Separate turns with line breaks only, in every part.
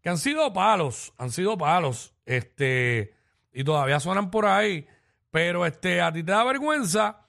que han sido palos, han sido palos. Este, y todavía suenan por ahí. Pero este, a ti te da vergüenza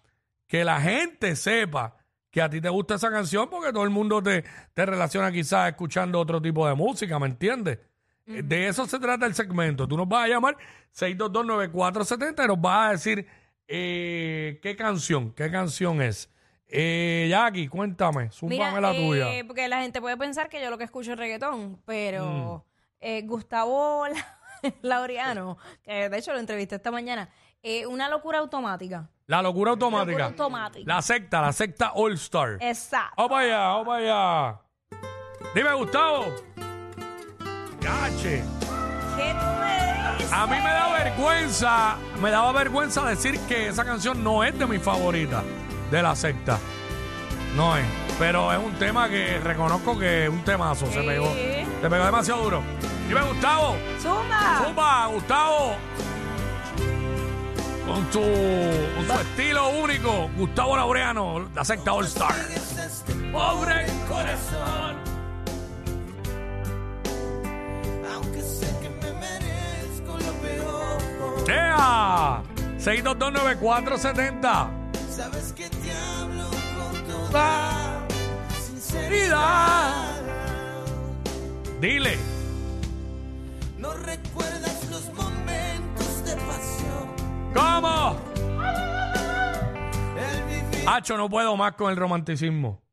que la gente sepa que a ti te gusta esa canción porque todo el mundo te, te relaciona quizás escuchando otro tipo de música, ¿me entiendes? Eh, De eso se trata el segmento. Tú nos vas a llamar 6229470 y nos vas a decir eh, qué canción, qué canción es. Eh, Jackie, cuéntame,
Mira,
zúmbame la
eh,
tuya.
porque la gente puede pensar que yo lo que escucho es reggaetón, pero
Mm.
eh, Gustavo La- Laureano, que de hecho lo entrevisté esta mañana, eh, una locura automática.
La locura automática.
Locura automática. Eh.
La secta, la secta All Star.
Exacto.
Vamos allá, vamos allá. Dime, Gustavo. Gache. Oh.
¿Qué tú me dices?
A mí me da vergüenza, me daba vergüenza decir que esa canción no es de mis favoritas de la secta. No es. Pero es un tema que reconozco que es un temazo. Se
Sí.
pegó. Se pegó demasiado duro. Dime, Gustavo.
Zumba.
Zumba, Gustavo. Con su, con su estilo único, Gustavo Laureano, la secta All Star. Pobre corazón.
Aunque sé que me merezco lo peor,
¡Ea! 6229470.
sabes que te hablo con toda
Vida.
sinceridad.
Dile.
No recuerdas los momentos de pasión,
¿Cómo?
el vivir
Hacho, no puedo más con el romanticismo.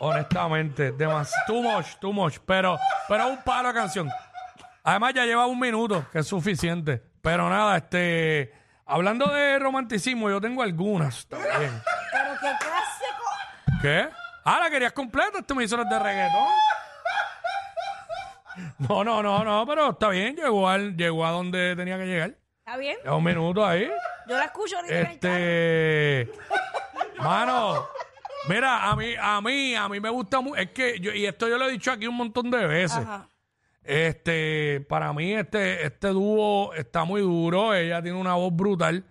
Honestamente, demasiado. Too much, too much. Pero, pero un palo a canción. Además, ya lleva un minuto, que es suficiente. Pero nada, este. Hablando de romanticismo, yo tengo algunas también.
Pero qué clásico.
¿Qué? Ah, la querías completa, tú me hiciste de reggaetón. No, no, no, no, pero está bien, llegó, al, llegó a donde tenía que llegar.
¿Está bien?
Ya un minuto ahí.
Yo la escucho ahorita en el carro.
Este. Mano, mira, a mí, a mí, a mí me gusta mucho. Es que, yo, y esto yo lo he dicho aquí un montón de veces.
Ajá.
Este, para mí, este, este dúo está muy duro. Ella tiene una voz brutal.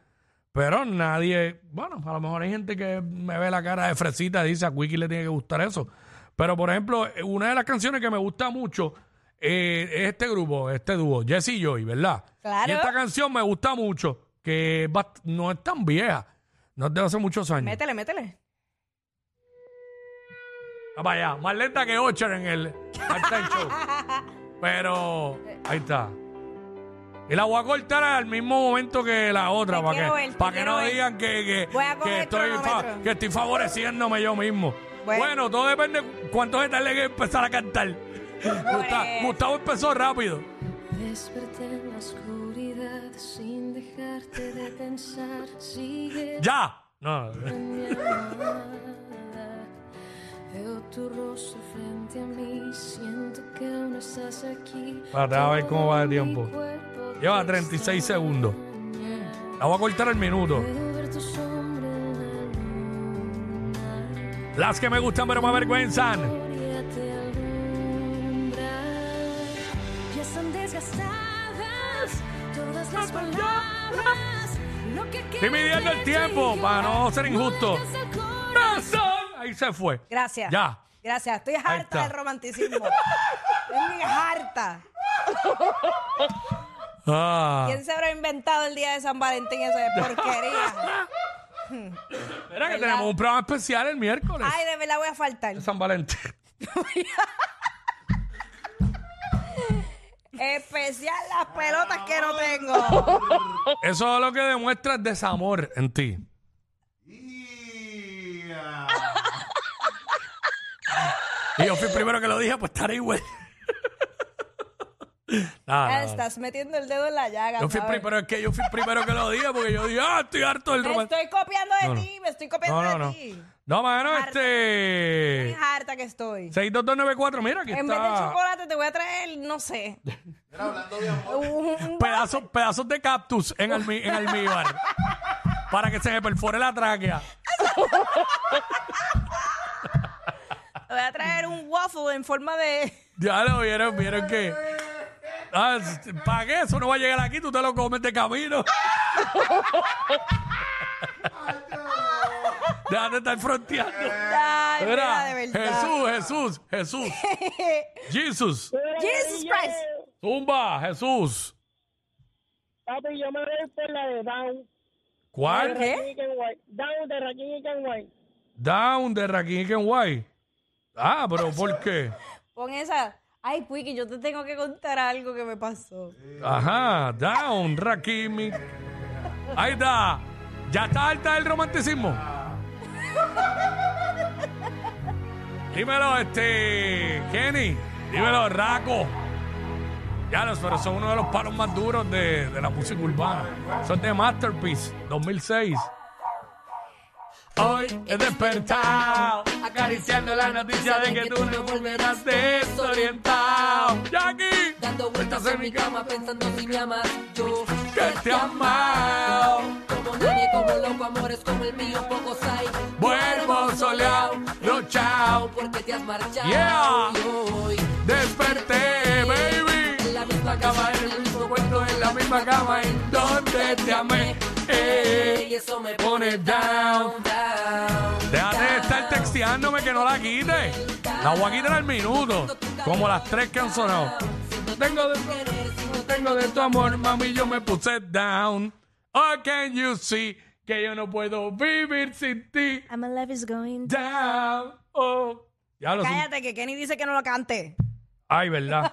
Pero nadie, bueno, a lo mejor hay gente que me ve la cara de fresita y dice a Wiki le tiene que gustar eso. Pero, por ejemplo, una de las canciones que me gusta mucho eh, es este grupo, este dúo, Jesse y Joy, ¿verdad?
Claro.
Y esta canción me gusta mucho, que es bast- no es tan vieja, no es de hace muchos años.
Métele, métele.
Ah, Vaya, más lenta que Ocher en el halftime show. Pero ahí está. Y la voy a cortar al mismo momento que la otra,
Te
para
quiero
que,
ver, te
para que no
quiero ver.
digan que, que,
Voy a coger
que
el
estoy fa-
cronómetro.
que estoy favoreciéndome yo mismo. Bueno,
Bueno.
todo depende cuánto se tarde que empezar a cantar. Gusta- Gustavo empezó rápido.
Desperté en la oscuridad sin dejarte de pensar. Sigue
Ya. No.
en mi almohada. Veo tu rostro frente a mí. Siento que aún estás aquí.
Espérate, a ver cómo va de
Todo
tiempo.
mi cuerpo
Lleva
te
36 segundos.
extraña.
La voy a cortar al minuto.
Puedo ver tu sombra en la luna.
Las que me gustan pero me avergüenzan.
Gloria te alumbra. Ya están desgastadas todas las palabras. Lo que
Estoy midiendo el tiempo para no ser injusto. Ahí se fue.
Gracias.
Ya.
Gracias. Estoy
está.
harta del romanticismo. Estoy harta.
Ah.
¿Quién se habrá inventado el día de San Valentín esa porquería?
Espera que tenemos un programa especial el miércoles.
Ay, de verdad voy a faltar.
San Valentín.
Especial las pelotas que
Ah.
no tengo.
Eso es lo que demuestra el desamor en ti. Y yo fui el primero que lo dije, pues estaré igual. Nada, nada.
Estás metiendo el dedo en la llaga.
Yo fui el
¿sabes?
primero, es que yo fui el primero que lo dije porque yo dije, ah, estoy harto del
Me
romance.
estoy copiando de
No, no.
ti, me estoy copiando
No, no,
de
no.
ti.
No, mano,
Harta. Qué
este.
harta que estoy.
62294, mira, aquí
En vez de
está.
chocolate te voy a traer, no sé. Un-
Pedazos, pedazos de cactus en, almi- en almíbar. para que se me perfore la tráquea.
Te voy a traer un waffle en forma de...
Ya lo vieron, vieron que. Ah, ¿Para qué? Eso no va a llegar aquí, tú te lo comes de camino. Déjate estar fronteando.
Ay, mira,
Mira,
de verdad.
Jesús, Jesús, Jesús. Jesús.
Jesus Christ.
Tumba, Jesús.
Papi, yo me voy por la de Down.
¿Cuál?
¿Qué?
Rakim y Ken White. Down de Rakim y Ken White.
Down de Rakim y Ken White. Ah, pero ¿por qué?
Pon esa. Ay, Puiki, yo te tengo que contar algo que me pasó.
Ajá, down, Rakimi. Ahí está. Ya está alta el romanticismo. Dímelo, este. Kenny. Dímelo, Raco. Ya los, pero son uno de los palos más duros de, de la música urbana. Son de Masterpiece 2006. Hoy he despertado, acariciando la noticia de que tú no volverás desorientado. Jackie,
Dando vueltas en mi cama pensando si me amas yo
que te amado.
Como nadie, como loco, amores como el mío, pocos hay
Vuelvo soleado, rochao.
Porque te has marchado
Yeah.
Y hoy
Desperté,
en
baby.
la misma
Acaba
cama,
en el mismo cuento, en la misma cama, en donde te amé. Eh.
Y eso me
Pone
pone
down.
down, down
Déjate de estar texteándome que no la quite. La voy a quitar al minuto, como las tres que han sonado. No tengo de, no tengo de tu amor, mami, yo me puse down. Oh, can you see que yo no puedo vivir sin ti?
My life is going
Down, oh. Ya lo sé.
Cállate, que Kenny dice que no lo cante.
Ay, verdad.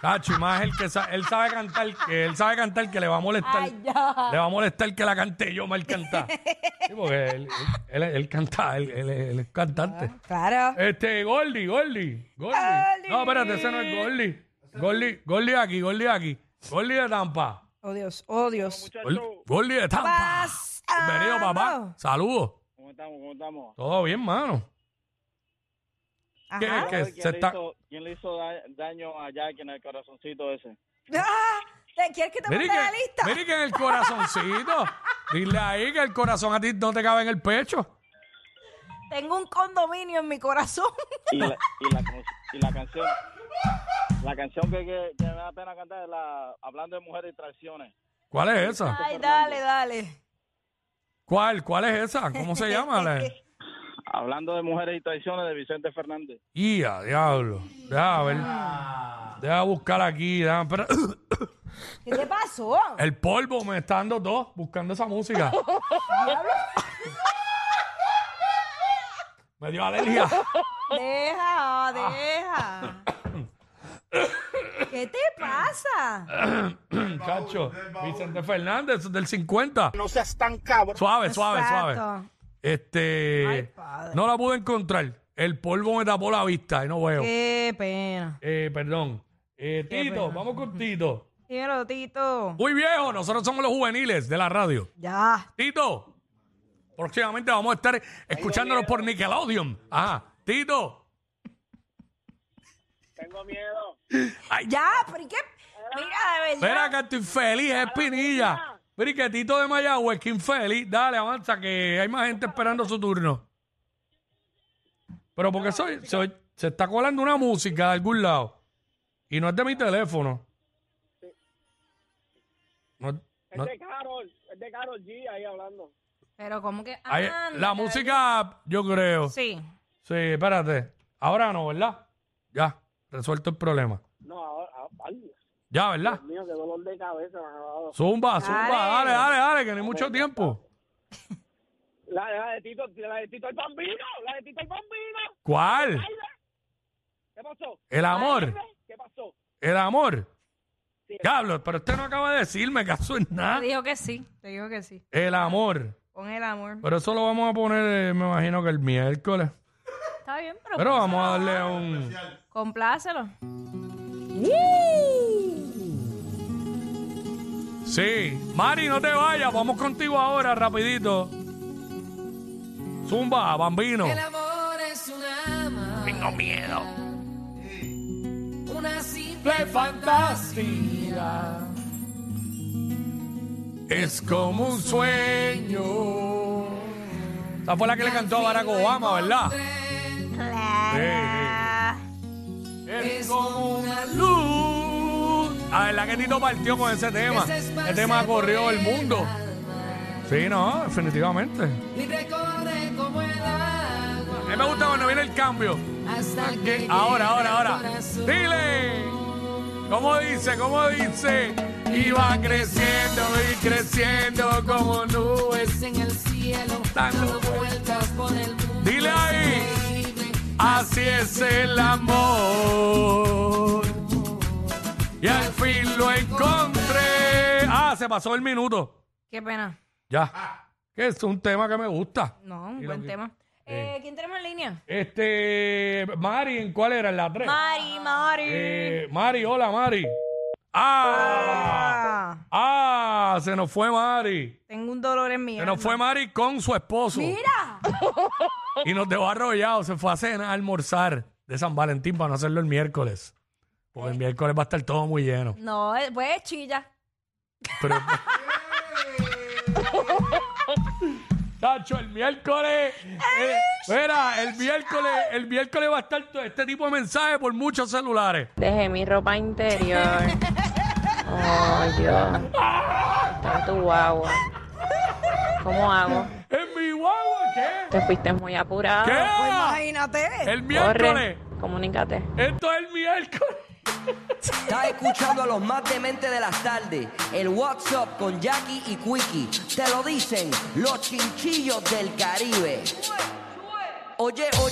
Cacho, y más el que sa- él sabe cantar, que él sabe cantar que le va a molestar.
Ay, ya.
Le va a molestar que la cante yo mal cantar. Sí, porque él, él, él- él canta, él, él- él es cantante.
Claro.
Este, Gordy, Gordy, Gordy.
Gordy.
No, espérate, ese no es Gordy. Gordy, Gordy aquí, Gordy aquí. Gordy de Tampa.
Oh, Dios. Oh, Dios.
Gordy, Gordy de Tampa.
Pasa.
Bienvenido, papá. Saludos.
¿Cómo estamos? ¿Cómo estamos?
Todo bien, mano. ¿Qué,
Ajá.
qué
¿Quién,
se
le
está...
hizo, ¿Quién le hizo da- daño a Jack en el corazoncito ese?
Ah, ¿te- ¿Quieres que te
Mira
mande la lista?
que, mira que en el corazoncito. Dile ahí que el corazón a ti no te cabe en el pecho.
Tengo un condominio en mi corazón.
Y la, y la, can- y la canción. La canción que, que, que me da pena cantar es la Hablando de Mujeres y Traiciones.
¿Cuál es esa?
Ay, dale, dale.
¿Cuál? ¿Cuál es esa? ¿Cómo se llama? La-
Hablando de Mujeres y Traiciones de Vicente Fernández.
Ia, diablo. Deja ver. Deja buscar aquí. deja- espera.
¿Qué te pasó?
El polvo me está dando dos buscando esa música. me dio alergia.
Deja, deja. ¿Qué te pasa?
Chacho, Vicente Fernández del 50. No seas tan cabrón. Suave, suave, suave.
Exacto.
Este.
Ay, padre.
No la pude encontrar. El polvo me tapó la vista y no veo.
Qué pena.
Eh, perdón. Eh, Tito, vamos con Tito.
Dímelo, Tito.
Muy viejo, nosotros somos los juveniles de la radio.
Ya.
Tito, próximamente vamos a estar escuchándonos por Nickelodeon. Ajá, Tito.
Tengo miedo.
Ay,
Ya, pero ¿y qué? Mira, de
Espera
verdad.
que estoy feliz, Espinilla. Mira, y que Tito de Mayagüez, que infeliz. Dale, avanza, que hay más gente esperando su turno. Pero porque soy, soy- se está colando una música de algún lado. Y no es de mi teléfono. No, no-
Carol, es de Carol G ahí hablando.
Pero como que...
Ahí-
Anda,
la música, yo creo. Sí.
Sí.
espérate. Ahora no, ¿verdad? Ya, resuelto el problema.
No, ahora, ay,
Ya, ¿verdad?
mío, qué dolor de cabeza me ha dado.
Zumba, zumba, dale,
Dale.
dale, dale, que no hay mucho tiempo.
La, la de Tito, la de Tito el Bambino, la de Tito el Bambino.
¿Cuál?
¿Qué pasó?
El amor,
¿Qué pasó?
el amor.
Sí.
Diablo, pero usted no acaba de decirme caso en
Te
nada.
dijo que sí. Te dijo que sí.
El amor.
Con el amor.
Pero eso lo vamos a poner, eh, me imagino que el miércoles.
Está bien, pero...
Pero vamos a darle un...
Complácelo.
Sí. Mari, no te vayas, vamos contigo ahora, rapidito. Zumba, bambino.
El amor es una
Tengo miedo.
una simple fantasía.
Es como un sueño. Esa fue la que le cantó a Barack Obama, ¿verdad? Sí, sí. Es como una luz. La verdad que Tito partió con ese tema. Ese tema corrió el mundo. Sí, no, definitivamente. A
Y recorre como el agua
mí me gusta cuando viene el cambio.
hasta que
Ah, Que- Ahora, ahora, ahora.
corazón.
Dile. ¿Cómo dice? ¿Cómo dice? Iba creciendo y creciendo como nubes.
es en el cielo
Dando
dando vueltas por el mundo.
Dile ahí.
Es increíble.
Así es el amor. Y al fin lo encontré. Ah, se pasó el minuto.
Qué pena.
Ya. Que es un tema que me gusta.
No, un
Y lo
buen
que-
tema. Eh, ¿Quién tenemos en línea?
Este, Mari, ¿en cuál era? En la 3.
Mari, Mari.
Eh, Mari, hola, Mari. Ah,
Ah,
ah, se nos fue Mari.
tengo un dolor en mi
Se nos
alma.
fue Mari con su esposo.
Mira.
Y nos dejó arrollado. Se fue a cenar, a almorzar de San Valentín para no hacerlo el miércoles. Porque el miércoles va a estar todo muy lleno.
No, eh, pues chilla.
Pero. Chacho, el miércoles. eh, mira, el miércoles, el miércoles va a estar todo este tipo de mensajes por muchos celulares.
Dejé mi ropa interior. Oh, Dios. Tanto guagua. ¿Cómo hago?
En mi guagua, ¿qué?
Te fuiste muy apurado.
¿Qué?
Pues Imagínate.
El miércoles.
Corre, comunícate.
Esto es el miércoles.
Estás escuchando a los más dementes de las tardes. El WhatsApp con Jackie y Quickie. Te lo dicen los chinchillos del Caribe. Oye, oye.